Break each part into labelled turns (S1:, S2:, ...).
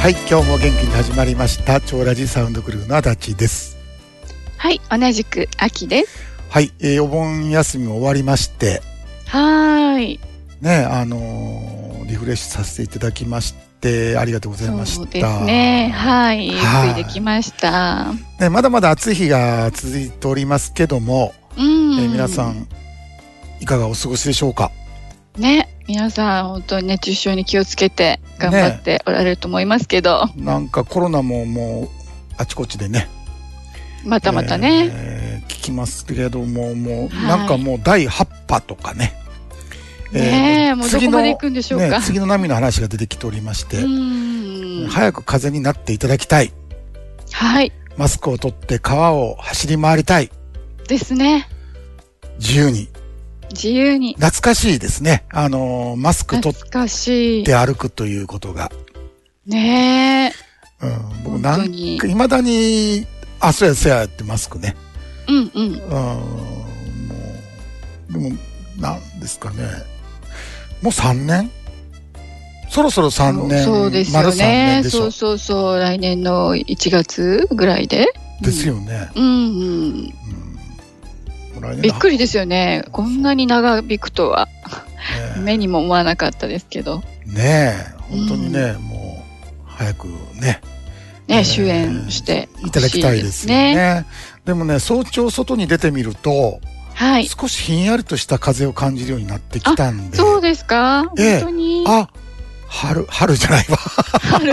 S1: はい今日も元気に始まりました超ラジサウンドクルーの足立です
S2: はい、同じく秋です。
S1: はい、えーお盆休みも終わりまして
S2: はーい、
S1: ねあのーリフレッシュさせていただきましてありがとうございました
S2: そうですね。はい、ゆっ
S1: はい
S2: くりできました。
S1: ねまだまだ暑い日が続いておりますけども、
S2: うん、
S1: えー皆さんいかがお過ごしでしょうか
S2: ね、皆さん本当に熱中症に気をつけて頑張っておられると思いますけど、
S1: なんかコロナももうあちこちでね
S2: またまたね、
S1: えー聞きますけれどももう
S2: はい
S1: なんかもう第8波とかね、
S2: ねえ
S1: ー
S2: もうどこまで行くんでしょうか。
S1: ね、次の波の話が出てきておりまして、
S2: うん、
S1: 早く風邪になっていただきたい
S2: はい、
S1: マスクを取って川を走り回りたい
S2: ですね。
S1: 自由に
S2: 自由に。
S1: 懐かしいですねあのーマスク取
S2: 懐
S1: っ
S2: かしい
S1: て。歩くということが、
S2: ね
S1: うん、僕
S2: 本
S1: な
S2: 当
S1: ん
S2: に
S1: か。いまだにあそうやそうやってマスクね
S2: うんう
S1: う
S2: ん。
S1: んもうでもなんですかねもう3年そろそろ3年
S2: そうです
S1: 丸
S2: よ
S1: 3年
S2: ね。
S1: でし
S2: そ
S1: ょ
S2: うそうそう。来年の1月ぐらいで。
S1: ですよね、
S2: うんうん。
S1: うん、もう来年
S2: びっくりですよね。こんなに長引くとは
S1: だね
S2: 目にも思わなかったですけど。
S1: ねえ本当にね、もう早くねえ
S2: ね、
S1: ー
S2: 主演して
S1: いただきたいですよね
S2: ほしいで
S1: でもね早朝外に出てみると、
S2: すねはい。
S1: 少しひんやりとした風を感じるようになってきたんで
S2: そうですか本
S1: ええ
S2: 当に。
S1: あ春春じゃないわ
S2: 春、春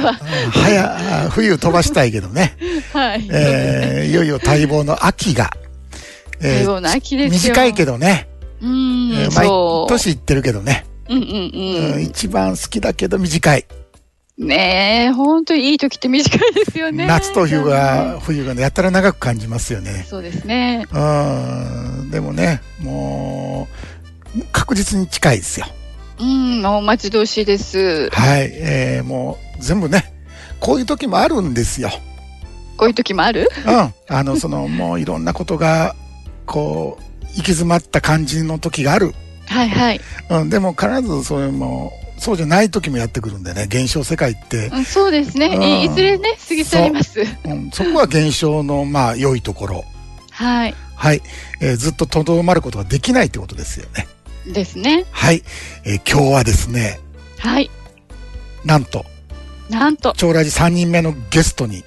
S2: は。
S1: 早冬飛ばしたいけどね、
S2: はい。
S1: えーいよいよ待望の秋が、えー
S2: ような秋ですよ。
S1: 短いけどね、
S2: う
S1: え
S2: ん、
S1: ー毎
S2: そう。
S1: 年行ってるけどね、
S2: うんう
S1: うんん一番好きだけど短い、
S2: うん。ねえ、本当にいい時って短いですよね。
S1: 夏と冬が。冬がねやたら長く感じますよね
S2: そうですね。
S1: うんでもねもう確実に近いですよ
S2: うん、お待ち遠しいです。
S1: はい、えーもう全部ねこういう時もあるんですよ
S2: こういう時もある
S1: うんあのそのもういろんなことがこう行き詰まった感じの時がある、
S2: はいはい。
S1: うん、でも必ずそれもそうじゃない時もやってくるんでね現象世界って、
S2: うんそうですね。い
S1: うん
S2: いずれね、過ぎ去ります。
S1: うん、そこは現象のまあ良いところ
S2: はい。
S1: はい、えーずっととどまることができないってことですよね
S2: ですね。
S1: はい、えー今日はですね
S2: はい。
S1: なんと
S2: なんと、
S1: 超ラジ3人目のゲストに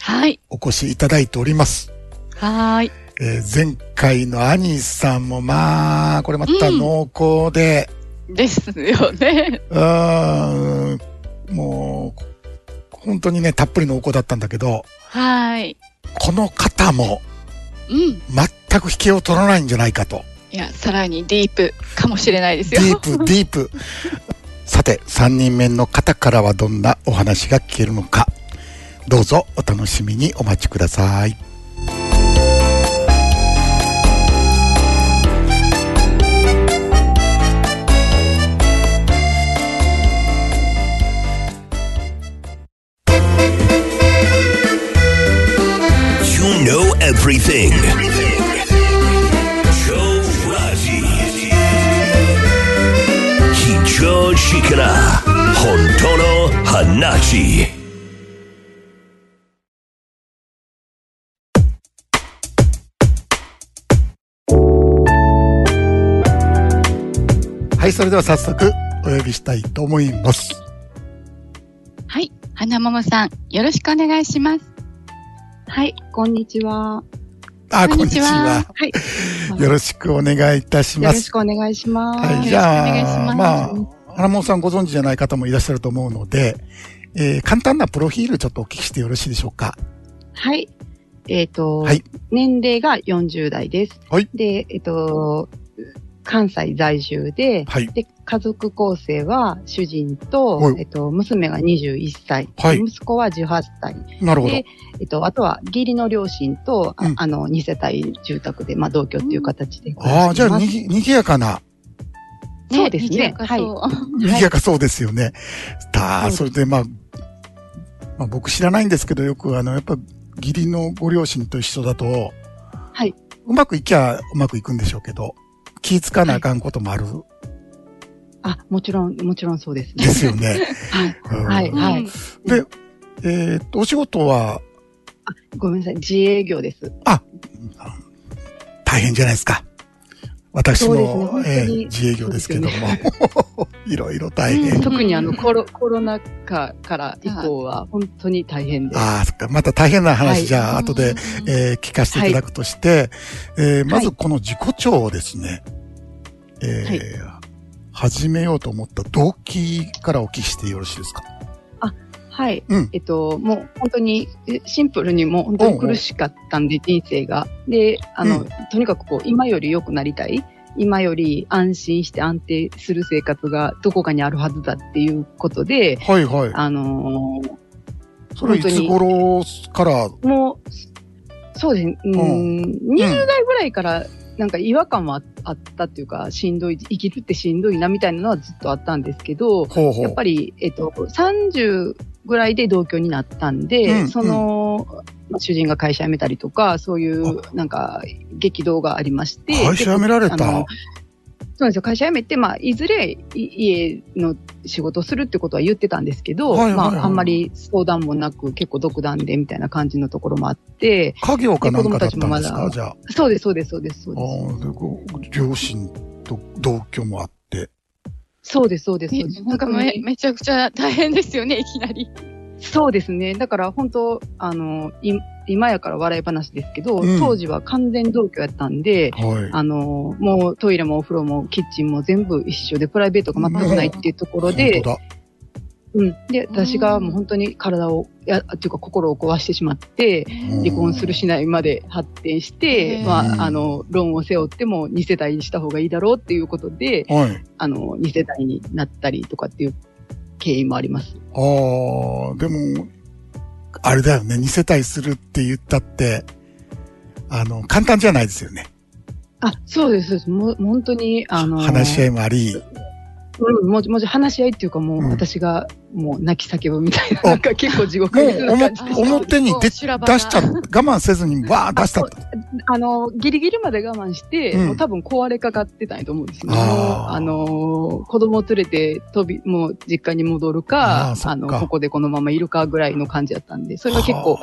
S2: はい、
S1: お越しいただいております。
S2: はーい、
S1: えー前回のアニーさんもまあ、これまた濃厚で、
S2: ですよね。
S1: うーん、もう、本当にね、たっぷり濃厚だったんだけど、
S2: はい、
S1: この方も
S2: うん、い
S1: 全く引けを取らないんじゃないかと。
S2: や、さらにディープかもしれないです
S1: デ
S2: よ。
S1: ィープ、ディープ。さて、3人目の方からはどんなお話が聞けるのか、どうぞお楽しみにお待ちください。
S3: You know everything. Joe Razi. Hichoshi kara hontono hanachi.
S1: はい、それでは早速お呼びしたいと思います。
S2: はい、花桃さん、よろしくお願いします。
S4: はい、こんにちは。
S1: あ、こんにちは。
S4: はい、
S1: よろしくお願いいたし
S4: よ
S1: ま
S4: ろ
S1: す
S4: し。くお願いします。
S1: はい、じ
S2: よろしくお願いし
S1: ゃあ、
S2: ます
S1: まあ、花本さんご存知じゃない方もいらっしゃると思うので、えー簡単なプロフィールちょっとお聞きしてよろしいでしょうか。
S4: はい。えっ、と、
S1: はい
S4: 年齢が40代です。
S1: はい
S4: で、えっ、と、関西在住で、
S1: はい。
S4: で、家族構成は主人と
S1: は、い
S4: えっ、と、娘が21歳、
S1: はい
S4: 息子は18歳。
S1: なるほど。
S4: で、えっ、と、あとは義理の両親と、あ
S1: うん
S4: あの、2世帯住宅で、まあ、同居っていう形で暮らしてい
S1: あ
S4: ま
S1: あ、じゃ
S4: す。
S1: あ、にぎ、にぎやかな、
S4: そうですね
S2: にぎやかそう
S1: にぎやかそうですよね。たあ、そ
S4: そ
S1: れでまあ、まあ僕知らないんですけど、よくあの、やっぱ、義理のご両親と一緒だと、
S4: はいう
S1: まくいきゃうまくいくんでしょうけど、気ぃつかなあかんこともある
S4: あ、もちろん、もちろんそうです
S1: で
S4: ね。
S1: すよね。
S4: はい。
S1: うん
S4: はい。はい。
S1: で、えーっと、お仕事は
S4: ごめんなさい。自営業です。
S1: 大変じゃないですか。私も、
S4: そうで
S1: え
S4: すね本当
S1: ー
S4: に
S1: 自営業ですけども、 いろいろ大
S2: う
S1: 変。
S2: ん
S4: 特にあのコロ、コロナ禍から以降は本当に大変で。
S1: ああ、そっか。また大変な話、
S4: はい
S1: じゃあ、後で、
S2: うん
S1: えー聞かせていただくとして、えーまずこの自己調をですね、えー始めようと思った動機からお聞きしてよろしいですか
S4: はい。
S1: うん。
S4: えっと、もう本当にえシンプルにもう本当に苦しかったんで、人生が。で、あの、
S1: うん
S4: とにかくこう、今より良くなりたい。今より安心して安定する生活がどこかにあるはずだっていうことで、
S1: はいはい。
S4: あのー
S1: それい
S4: 本当
S1: つ
S4: に
S1: 頃から、
S4: もう、そうですね、うーん、20代ぐらいからなんか違和感はああったっていうか、しんどい、生きるってしんどいなみたいなのはずっとあったんですけど、
S1: ほうほ
S4: やっ
S1: う。
S4: ぱり、えっと、30ぐらいで同居になったんで、
S1: うん
S4: その、まあ主人が会社辞めたりとか、そういう、なんか、激動がありまして。
S1: 会社辞められ
S4: あ
S1: た
S4: の。そうなんですよ。会社辞めて、まあ、いずれい家の仕事をするってことは言ってたんですけど、
S1: はいはいはい
S4: まあ、あんまり相談もなく、結構独断でみたいな感じのところもあって、
S1: 家業かなんかだったんです
S4: 子供たちもま
S1: か
S4: だ
S1: じゃあ。
S4: そうです、そうです、そうです、そ
S1: あ
S4: うで
S1: ー
S4: す。
S1: でご両親と同居もあって。
S4: そうです、そうです、そうです。
S2: なんかめめちゃくちゃ大変ですよね、いきなり。
S4: そうですね。だから本当、あの、い今やから笑い話ですけど、
S1: うん
S4: 当時は完全同居やったんで、
S1: はい。
S4: あの、もうトイレもお風呂もキッチンも全部一緒で、プライベートが全くないっていうところ
S1: 本
S4: で、
S1: 当だ。
S4: うん。で、私がもう本当に体を、や、というか心を壊してしまって、
S1: うん
S4: 離婚するしないまで発展して、
S2: うん
S4: まあ、あの、ローンを背負っても2世帯にした方がいいだろうっていうことで、
S1: はい。
S4: あの、2世帯になったりとかっていう経緯もあります。
S1: ああ、でも、あれだよね。二世帯するって言ったって、あの、簡単じゃないですよね。
S4: あ、そうです、そうです。もう本当に、あの、
S1: 話し合いもあり。
S4: うん、もう、もう話し合いっていうかもう、
S1: うん
S4: 私がもう泣き叫ぶみたいな、
S1: あ
S4: なんか結構地獄
S1: も
S4: み
S1: う
S4: たいな感じでした。
S1: 思っ表に出
S2: 出しちゃ
S1: 出しちゃった。我慢せずにバーッ出したと。
S4: あの、ギリギリまで我慢して、
S1: うん
S4: もう多分壊れかかってたんやと思うんですよ。
S1: あー
S4: あの、子供を連れて飛び、もう実家に戻る
S1: あ
S4: か、
S1: ー
S4: あ
S1: そっか
S4: の、ここでこのままいるかぐらいの感じだったんで、それが結構、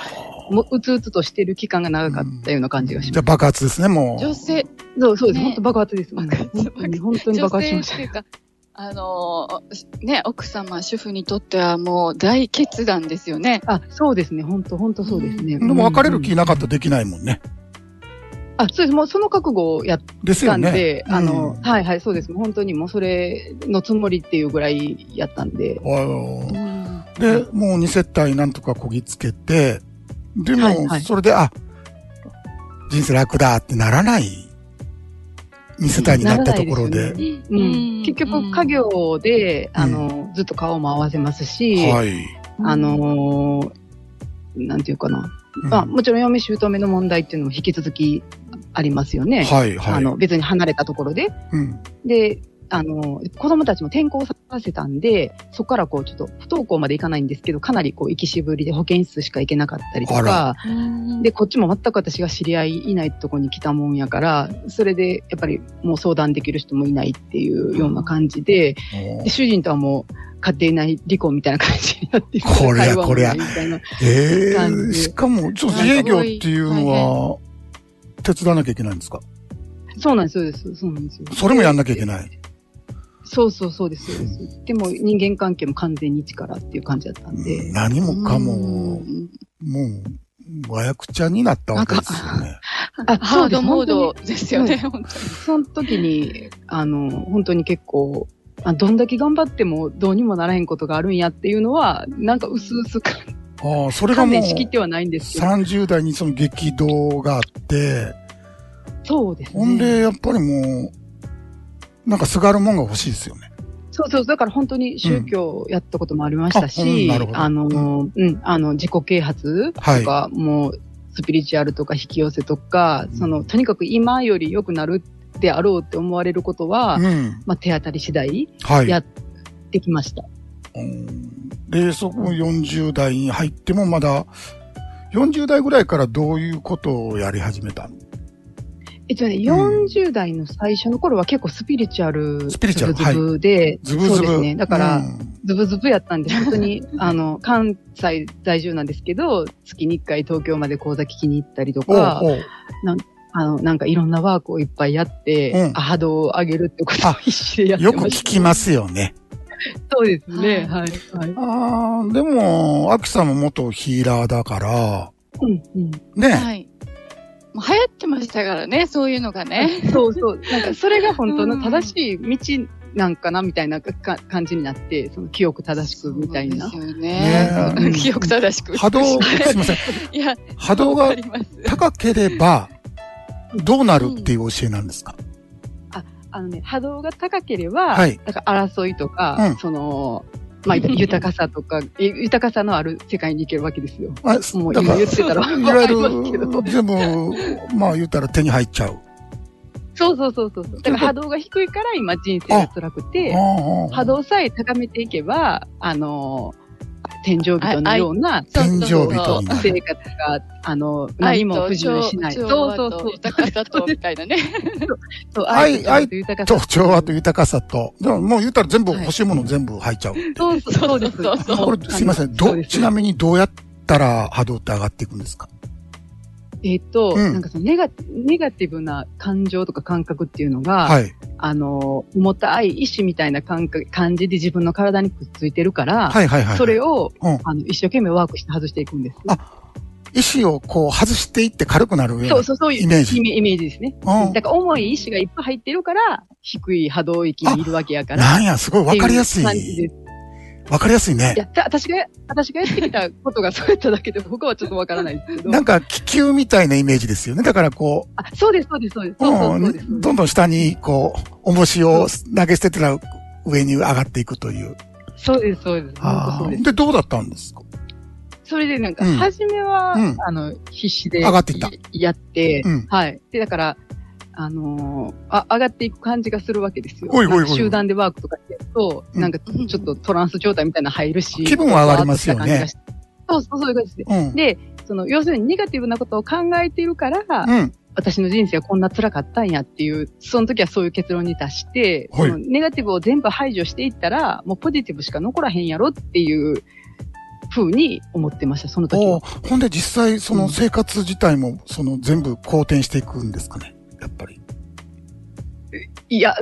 S4: もううつうつとしてる期間が長かったような感じがし
S1: じゃ
S4: ま
S1: あ
S4: す。
S1: 爆発ですね、もう。
S2: 女性、
S4: そうそうです。
S2: ね
S4: 本当爆発です。
S2: 爆発
S4: 本当に本当に
S2: 女
S4: 爆発し
S2: 性
S4: まし
S2: と
S4: た。
S2: いうか、あのーね、奥様、主婦にとってはもう大決断ですよね。
S4: あ、そうですね。本当本当そうですね。
S1: でも別れる気なかったらできないもんね。
S4: あ、そうです。もうその覚悟をやっ
S1: です
S4: た
S1: よ
S4: ん
S1: ね。
S4: で、あ
S1: う
S4: の、
S1: ん
S4: はいはい、そうです。本当にもうそれのつもりっていうぐらいやったんで。
S1: あの
S2: うん
S1: で、もう二世帯なんとかこぎつけて、で
S4: はい
S1: も
S4: は、い
S1: それで、あ、人生楽だってならない二世帯になったところ
S4: な
S1: で
S4: らな。
S2: う
S4: うんん、結局、家業で、あの、ずっと顔も合わせますし、
S1: はい。
S4: あのー、なんていうかな。
S1: うん
S4: まあ、もちろん嫁姑の問題っていうのも引き続きありますよね。
S1: はい、はい。
S4: あの、別に離れたところで。
S1: うん。
S4: で、あの、子供たちも転校させたんで、そこからこう、ちょっと不登校まで行かないんですけど、かなりこう、行きしぶりで保健室しか行けなかったりと
S1: あら
S4: か、
S2: うん
S4: で、こっちも全く私が知り合いいないとこに来たもんやから、それでやっぱりもう相談できる人もいないっていうような感じで、
S1: もう
S4: で主人とはもう家庭内離婚みたいな感じになっていて
S1: こりゃ
S4: 会話も
S1: こりゃ
S4: ないみたいな。
S1: ええ
S4: 感じ
S1: しかも、ちょっと自営業っていうのは、手伝わなきゃいけないんですか
S4: そうなんです、そうです、そうなんですよ。
S1: それもやんなきゃいけない。
S4: そうそうそうです、そうです。でも人間関係も完全に一からっていう感じだったんで。
S1: 何もかも
S2: う、ん
S1: もう、和訳ちゃになったわけですよね。
S4: あ
S2: ハードモード
S4: そう
S2: ですよね、本
S4: ですその時に、あの、本当に結構、あどんだけ頑張ってもどうにもならへんことがあるんやっていうのは、なんか薄々か
S1: ああ、それが
S4: 観
S1: もう
S4: 念、しきってはないんですけど。
S1: 30代にその激動があって、
S4: そうですね。
S1: ほんで、やっぱりもう、なんかすがるもんが欲しいですよね。
S4: そうそう、だから本当に宗教をやったこともありましたし、
S1: うんあうんなるほど
S4: あの、うん、あの、自己啓発とか、もう、スピリチュアルとか引き寄せとか、
S1: うん
S4: その、とにかく今より良くなるであろうって思われることは、
S1: うん。
S4: まあ、手当たり次第
S1: はい。
S4: やできました。
S1: うんで、そこ40代に入ってもまだ、40代ぐらいからどういうことをやり始めたの
S4: えっとね、
S1: ん
S4: 40代の最初の頃は結構スピリチュアル、
S1: スピリチュアル
S4: ズブズブで、
S1: ズブズブ。
S4: そうですね。だから、
S1: うん
S4: ズブズブやったんで、本当に、 あの、関西在住なんですけど、月に1回東京まで講座聞きに行ったりとか、
S1: おうおう
S4: あの、なんかいろんなワークをいっぱいやって、
S1: うん
S4: 波動を上げるってことを
S1: あ
S4: 必死でやってま
S1: よ
S4: し
S1: く
S4: た。
S1: 聞きますよね。
S4: そうですね。
S2: は
S4: はい。はい。
S1: ああ、でも、アキさんも元ヒーラーだから、
S4: うんうん。
S1: ね。
S2: はい。もう流行ってましたからね、そういうのがね。
S4: そうそう。なんかそれが本当
S2: うん
S4: の正しい道なんかなみたいなかか感じになって、その記憶正しくみたいな
S2: そ。うですよね。
S1: ねえ
S2: 記憶正しく。
S1: 波動、すいません。
S2: いや、
S1: 波動が
S2: わかります。
S1: 高ければ、どうなるっていう教えなんですか、
S4: あのね、波動が高ければ、
S1: はい
S4: だから争いとか、
S1: うん
S4: その、まあ、豊かさとか、い豊かさのある世界に行けるわけですよ。
S1: あ
S4: もう
S1: だ
S4: 今
S1: から、
S4: 言
S1: い
S4: ってたら分
S1: わ
S4: か
S1: ゆ
S4: りますけど
S1: る、。全部、まあ言ったら手に入っちゃう。
S4: そうそうそうそう。だから波動が低いから今人生が辛くて、波
S1: 波
S4: 動さえ高めていけば、あの、天井人のような
S1: 天井人
S2: そうそう
S1: になる。
S4: 生活が、あの、何
S2: 愛
S4: も
S2: と
S4: 不自由しない。
S2: 調
S4: そう
S2: 和
S4: そう
S2: と
S4: そう。
S2: 豊かさとみたいな ね。
S4: そう
S1: 愛
S4: 愛 と豊かさ
S1: と調和と豊かさと。でももう言ったら全部欲しいもの全部入っちゃう。
S4: そうそうそうです。
S2: そうそう
S1: これすいません。どう、ちな
S4: み
S1: みにどうやったら波動って上がっていくんですか
S4: に。えっと、
S1: うん
S4: なんかそのネガ、ネガティブな感情とか感覚っていうのが、
S1: はい。
S4: あの、重たい意志みたいな感覚感じで自分の体にくっついてるから、
S1: はいはいはい。
S4: それを、
S1: うん
S4: あの一生懸命ワークして外していくんです。
S1: あ意志をこう外していって軽くなるような。
S4: そうそう、そういう
S1: イメージ
S4: イメイメージですね。
S1: うん
S4: だから重い意志がいっぱい入ってるから、低い波動域にいるわけやから。
S1: なんや、すごいわかりやす
S4: ってう感じで
S1: い。わかりやすいね
S4: い。や、た私が、私がやってきたことがそうやっただけで、僕はちょっとわからないですけど。
S1: なんか気球みたいなイメージですよね。だからこう、
S4: あ、そうです、そうです、そうです。そうそうそうです。
S1: うん、どんどん下にこう、重しを投げ捨てたら上に上がっていくという。
S4: そうです、そうです。本当
S1: あ
S4: そう
S1: ー
S4: です。
S1: で、どうだったんですか
S4: それでなんか
S1: うん、
S4: 初めは、
S1: うん
S4: あの、必死で。
S1: 上がっていった
S4: やって、
S1: うん
S4: はい。で、だから、あのーあ、上がっていく感じがするわけですよ。
S1: おいおいおいおい
S4: なんか集団でワークとかやると、
S1: うん
S4: なんか、ちょっとトランス状態みたいなの入るし。
S1: 気分は上がりますよね
S4: わーっとした感じがしそうそう、そういう感じで。
S1: うん。
S4: で、その、要するにネガティブなことを考えているから、
S1: うん。
S4: 私の人生はこんな辛かったんやっていう、その時はそういう結論に達して、
S1: はい
S4: そのネガティブを全部排除していったら、もうポジティブしか残らへんやろっていう風に思ってました、その時
S1: お
S4: は。
S1: ーほんで実際その生活自体も、その全部好転していくんですかねやっぱり。
S4: いや、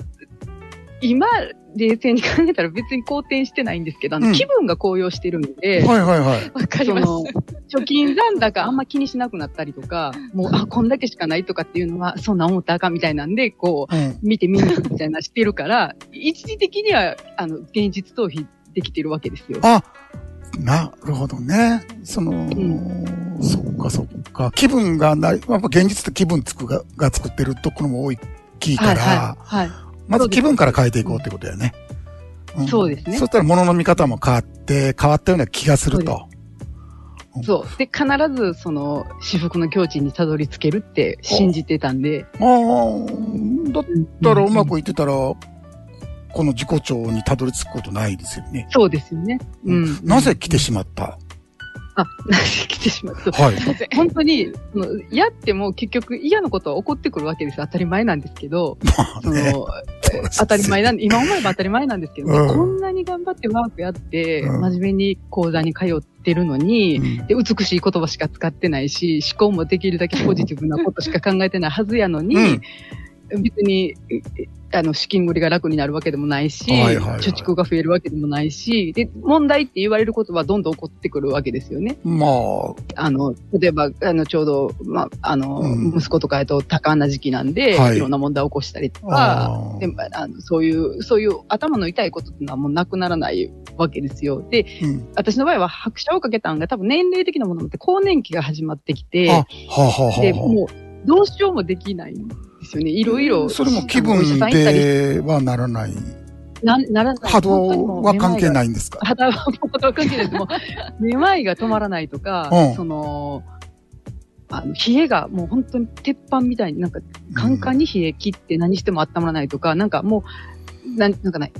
S4: 今、冷静に考えたら別に好転してないんですけど、あの
S1: うん
S4: 気分が高揚してるんで、
S1: はいはいはい。
S2: わかり
S4: そ
S2: ます。
S4: の、貯金残高あんま気にしなくなったりとか、もう、あ、こんだけしかないとかっていうのは、そんな思ったらあかんみたいなんで、こう、
S1: うん。
S4: 見て見ぬみたいなしてるから、一時的には、あの、現実逃避できてるわけですよ。
S1: あ、なるほどね。その、そっかそっか。気分がない、やっぱ現実って気分つくが、が作ってるところも多いきいから、
S4: はい、はい。
S1: まず気分から変えていこうってことだよね。ん
S4: そうですね
S1: そしたら物の見方も変わって、変わったような気がすると。
S4: そう。で、必ず、その、至福の境地にたどり着けるって信じてたんで。
S1: ああ、だったらうまくいってたら、この自己調にたどり着くことないですよね。
S4: そうですよね。うん。
S1: なぜ来てしまった、
S4: あ、なぜ来てしまった。
S1: はい。
S4: 本当に、そのやっても結局嫌なことは起こってくるわけですよ。当たり前なんですけど、
S1: まあ
S4: そ
S1: ね。
S4: の、当たり前なんで、今思えば当たり前なんですけど、
S1: うん
S4: こんなに頑張ってワークやって、
S1: うん
S4: 真面目に講座に通ってるのに、
S1: うん
S4: で、美しい言葉しか使ってないし、思考もできるだけポジティブなことしか考えてないはずやのに、
S1: うん
S4: 別に、えあの、資金繰りが楽になるわけでもないし、
S1: はいはいはい
S4: 貯蓄が増えるわけでもないし、で、問題って言われることはどんどん起こってくるわけですよね。
S1: まあ、
S4: あの、例えば、あの、ちょうど、ま、あの、
S1: うん
S4: 息子とかやと多感な時期なんで、
S1: はい
S4: い、ろんな問題を起こしたりとか、
S1: あー
S4: でまあのそういう、そういう頭の痛いことっていうのはもうなくならないわけですよ。で、
S1: うん
S4: 私の場合は拍車をかけたんが多分年齢的なものもあって更年期が始まってきて、
S1: あ、はあ、はあはあ
S4: で、もうどうしようもできないんですよね。いろいろ。
S1: それも気
S4: お医者
S1: 分
S4: さん行ったり
S1: ではならない。
S4: なならない。
S1: 波動は関係
S4: い。
S1: ないんですか
S4: 波動は関係ないです。もう、めまいが止まらないとか、
S1: うん
S4: その、あの、冷えがもう本当に鉄板みたいになんかカンカンに冷え切って何しても温まらないとか、なんかもう、なんなんかない、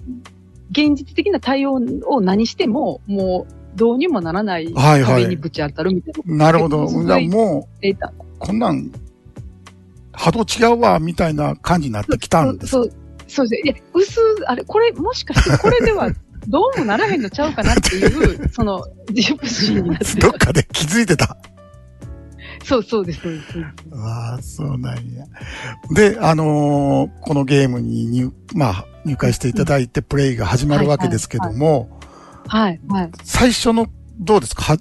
S4: 現実的な対応を何しても、もうどうにもならない
S1: はいはい
S4: 壁にぶち当たるみたいな
S1: うんなるほど。
S4: 結構
S1: じゃあもう、
S4: データ。
S1: こんなん、波動違うわ、みたいな感じになってきたんですか
S4: そう、そうですね。いや、薄、あれ、これ、もしかしてこれではどうもならへんのちゃうかなっていう、その、ジプシーになって
S1: どっ
S4: る。
S1: かで気づいてた。
S4: そうそうです、そうです。そうです
S1: ああ、そうなんや。で、あのーこのゲームに入、まあ、入会していただいて、プレイが始まるわけですけども、
S4: はい、はい。
S1: 最初の、どうですかは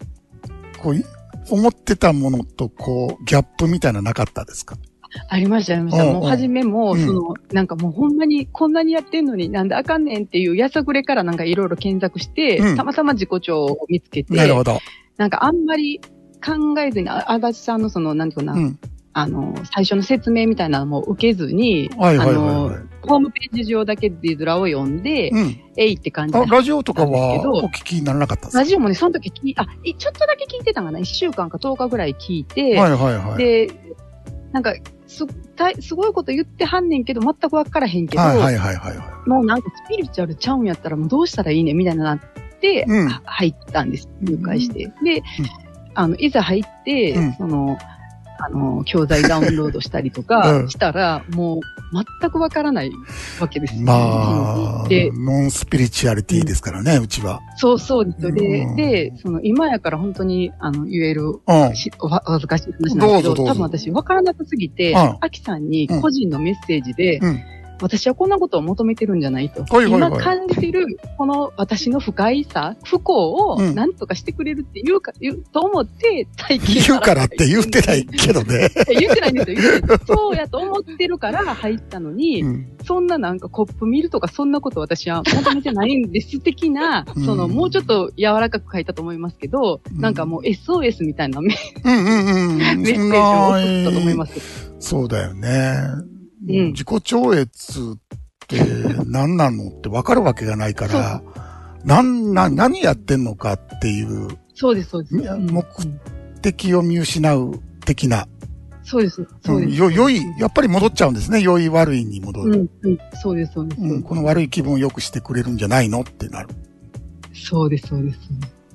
S1: こうい、思ってたものと、こう、ギャップみたいなのなかったですか
S4: ありました、ありました。
S1: うんうん
S4: もう、初めも、
S1: うん
S4: その、なんかもうほんまに、こんなにやってんのになんであかんねんっていう、やさぐれからなんかいろいろ検索して、
S1: うん
S4: たまたま自己調を見つけて、
S1: なるほど。
S4: なんかあんまり考えずに、あ足立さんのその、なんていうかな、
S1: うん。
S4: あの、最初の説明みたいなのも受けずに、
S1: はいはいはい、
S4: あ
S1: は
S4: の、ホームページ上だけでずらを読んで、
S1: い。うん。
S4: えいって感じで
S1: あ、ラジオとか
S4: ですけ
S1: は
S4: ど
S1: お聞きにならなかったですか
S4: ラジオもね、その時聞い、あ、いちょっとだけ聞いてたんかな。1週間か10日ぐらい聞いて、
S1: はいはいはい。
S4: で、なんか、す、たすごいこと言ってはんねんけど、全くわからへんけど、
S1: はいはいはいはいはい。
S4: もうなんかスピリチュアルちゃうんやったらもうどうしたらいいねみたいななって、
S1: うん
S4: は入ったんです。入会して。で、あの、いざ入って、
S1: うん
S4: その、あの、教材ダウンロードしたりと
S1: う
S4: か
S1: ん
S4: したら、もう全くわからないわけですよ。
S1: まあ、
S4: で、
S1: ノンスピリチュアリティですからね、うちは。
S4: そうそうですよ。で
S1: うん、
S4: で、その、今やから本当に、あの、言える
S1: うん。
S4: しおはお恥ずかしい話なんですけ
S1: どうぞ
S4: ど、
S1: どうぞ
S4: 多分私分からなさすぎて、
S1: うん
S4: アキさんに個人のメッセージで、
S1: うん
S4: 私はこんなことを求めてるんじゃないと。
S1: はいはいはい
S4: 今感じてる、この私の不快さ、不幸を
S1: うん
S4: 何とかしてくれるって言うか、言うと思って、最近。
S1: 言うからって言ってないけどね。
S4: いや言ってないんですよ言ってない。そうやと思ってるから入ったのに、
S1: うん
S4: そんななんかコップ見るとかそんなこと私は求めてないんです的な、
S1: うん
S4: そのもうちょっと柔らかく書いたと思いますけど、
S1: うん
S4: なんかもう SOS みたいなメッ
S1: うんうんうん。。
S4: セージを送ったと思いますす。
S1: そうだよね。
S4: うん
S1: 自己超越って何なのってわかるわけがないから、なん、な、何やってんのかっていう、
S4: そうです、そうです。
S1: み目的を見失う的な、
S4: そうです、そう
S1: うん
S4: です。
S1: よ、良い、やっぱり戻っちゃうんですね。良い悪いに戻
S4: う
S1: る。
S4: ん、うん、そうです、そうです。
S1: うん、この悪い気分を良くしてくれるんじゃないのってなる。
S4: そうです、そうです。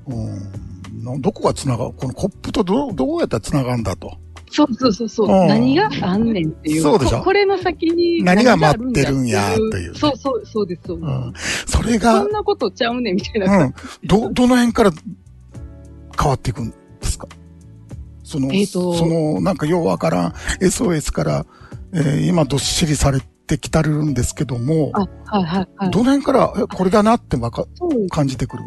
S1: うんなどこが繋がるこのコップとどう、どうやったら繋がるんだと。
S4: そうそうそうそう。
S1: うん
S4: 何があんねんっていう。
S1: そうでしょ
S4: ここれの先に
S1: 何が待
S4: あ
S1: ってるんや
S4: って
S1: という
S4: そうそう、そうです、そうで
S1: う
S4: す。
S1: ん。それが
S4: そん、なことちゃうねんみたい
S1: う
S4: な。
S1: ん。ど、どの辺から変わっていくんですかその、
S4: えーと
S1: その、なんかようわからん SOS から、えー今どっしりされてきたるんですけども、
S4: あ、はいはいはい。
S1: どの辺から、えこれだなってわか、
S4: そう
S1: 感じてくる。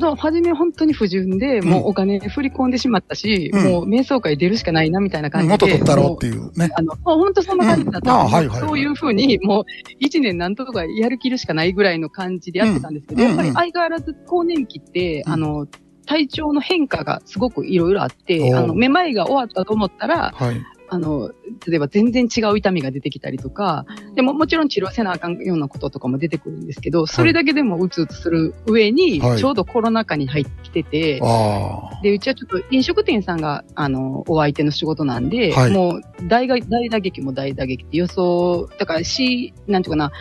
S4: そう初め本当に不純で、
S1: うん
S4: もうお金振り込んでしまったし、
S1: うん
S4: もう瞑想会出るしかないなみたいな感じで。
S1: 元取ったろう
S4: も
S1: っていうね。
S4: あの、もう本当そんな感じだった
S1: うんあ
S4: んで、
S1: はいはいはい
S4: そういうふうに、もう一年なんとかやる気るしかないぐらいの感じでやってたんですけど、
S1: うん
S4: やっぱ
S1: う
S4: り
S1: ん
S4: 相変わらず更年期って、
S1: うん
S4: あの、体調の変化がすごくいろいろあって、
S1: おう
S4: あの、めまいが終わったと思ったら、
S1: はい。
S4: あの、例えば全然違う痛みが出てきたりとか、でももちろん治療せなあかんようなこととかも出てくるんですけど、それだけでもうつうつする上に、
S1: はい
S4: ちょうどコロナ禍に入ってきてて、
S1: ああ。
S4: で、うちはちょっと飲食店さんが、あの、お相手の仕事なんで、
S1: はい
S4: もう大が、大打撃も大打撃って予想、だからし、なんていうかな、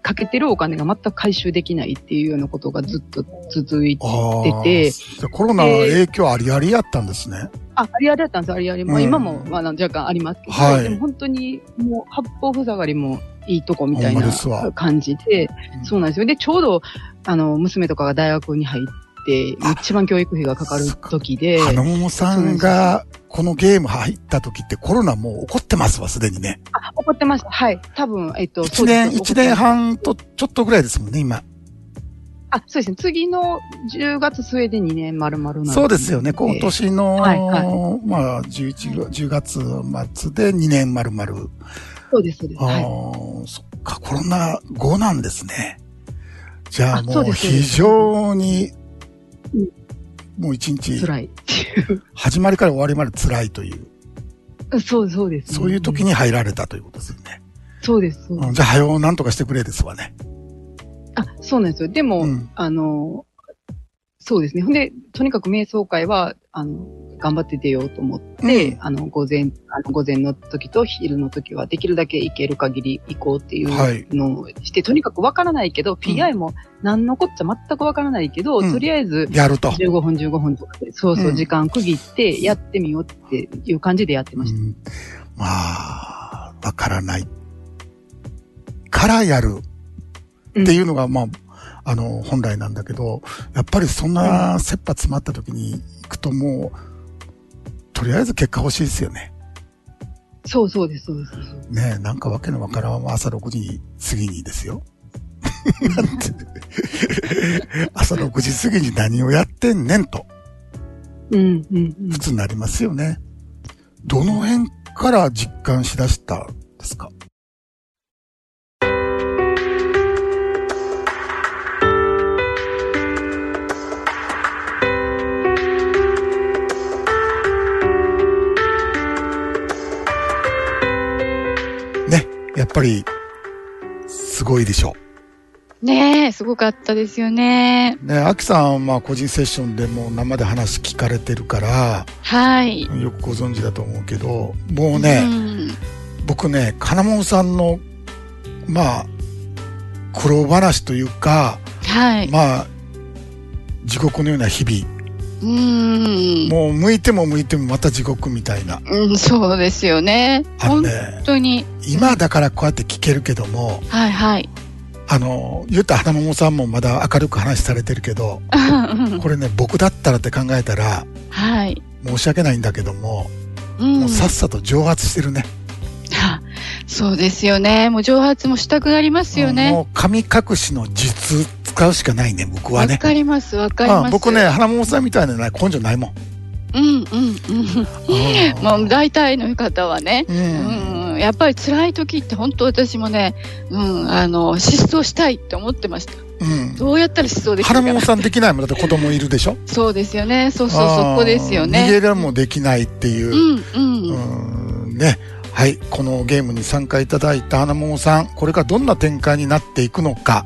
S4: かけてるお金が全く回収できないっていうようなことがずっと続いて、
S1: ああ。
S4: てて
S1: じゃあコロナ影響ありありやったんですね。
S4: あ、ありありだったんですよ、ありあり。まあ
S1: うん
S4: 今も、まあ、若干ありますけど、
S1: はい
S4: でも本当に、もう、八方塞がりもいいとこみた
S1: ほ
S4: い
S1: んま
S4: な
S1: ですわ
S4: 感じで
S1: う、ん
S4: そうなんですよ。で、ちょうど、あの、娘とかが大学に入って、一番教育費がかかる時で、
S1: 花桃さんが、このゲーム入った時ってコロナもう起こってますわ、すでにね。
S4: 怒ってました。はい。多分、えっと、
S1: 一年、
S4: そうです
S1: 一年。半とちょっとぐらいですもんね、今。
S4: あ、そうですね。次の10月末で2年丸々なの
S1: そうですよね。今年の、
S4: はいは
S1: まあ、11、10月末で2年丸々。
S4: そうです、そうです。
S1: ああ
S4: はい。
S1: ー、そっか、コロナ後なんですね。じゃあ
S4: あ
S1: も
S4: そう
S1: う
S4: ですそうで
S1: 非
S4: す
S1: 常に
S4: う、
S1: もう一日、
S4: 辛い ってい
S1: 始まりから終わりまで辛いという、
S4: う。そう、そうです、
S1: そういう時
S4: に。
S1: に入られたということですよね。
S4: そうです、そう
S1: うんじゃあ、早うなんとかしてくれですわね。
S4: あ、そうなんですよ。でも、
S1: うん。
S4: あの、そうですね。ほんで、とにかく瞑想会は、あの、頑張って出ようと思って、
S1: うん
S4: あの、午前、あの、午前の時と昼の時は、できるだけ行ける限り行こうってい
S1: はいう
S4: のをして、とにかくわからないけど、PI も何のこっちゃ全くわからないけど、
S1: うん
S4: とりあえず、
S1: やると。
S4: 15分15分とかで、そうそうう、
S1: ん
S4: 時間区切ってやってみようっていう感じでやってました。
S1: うんまあ、わからないからやるっていうのが、まあ、あの、本来なんだけど、やっぱりそんな切羽詰まった時に行くともう、とりあえず結果欲しいですよね。
S4: そうそうです、そうです。そうです
S1: ねえ、なんかわけのわからん朝6時に、過ぎにです よ。 なんて朝6時過ぎに何をやってんねんと、
S4: うん、うん、うん
S1: 普。通になりますよね。どの辺から実感しだしたんですかね、やっぱり、すごいでしょう。
S2: ねえ、すごかったですよね。
S1: ね、アキさんは個人セッションでもう生で話聞かれてるから、
S2: はい。
S1: よくご存知だと思うけど、もう
S2: う
S1: ね、
S2: ん
S1: 僕ね、金門さんの、まあ、苦労話というか、
S2: はい。
S1: まあ、地獄のような日々、
S2: うん。
S1: もう向いても向いてもまた地獄みたいな、
S2: うん、そうですよね。
S1: あの
S2: 本
S1: ね、
S2: 当に。
S1: 今だからこうやって聞けるけども、
S2: はいはい。
S1: あの、言ったら花桃さんもまだ明るく話されてるけど、
S2: うん
S1: これね、僕だったらって考えたら、
S2: はい。
S1: 申し訳ないんだけども、
S2: うん
S1: もうさっさと蒸発してるね。
S2: あ そうですよね。もう蒸発もしたくなりますよ
S1: うん
S2: ね。
S1: もう神隠しの術使うしかないね、僕は
S2: わ、
S1: ね。
S2: かります、わかり
S1: あ
S2: ます。
S1: 僕ね、。花桃さんみたいなのは根性ないもん。
S2: うんうん うん。もう大体の方はね。
S1: う。
S2: うんん、やっぱり辛い時って本当私もね、うん、あの、失踪したいって思ってました。
S1: うん。
S2: どうやったら失踪でき
S1: 花
S2: るか
S1: 桃
S2: な。
S1: さんできないもん。だって子供いるでしょ
S2: そうですよね。そうそう、そ
S1: あー
S2: こですよ
S1: 逃げ
S2: ね。
S1: れもできないっていうう。
S2: んうん。
S1: うん。ね。はい。このゲームに参加いただいた花桃さん、これからどんな展開になっていくのか、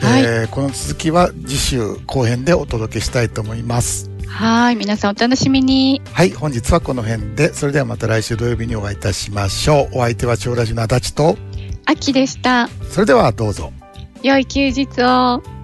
S2: はい
S1: えーこの続きは次週後編でお届けしたいと思います。
S2: はい、皆さんお楽しみに。
S1: はい、本日はこの辺で、それではまた来週土曜日にお会いいたしましょう。お相手は超ラジオの足立と、
S2: 秋でした。
S1: それではどうぞ。
S2: 良い休日を。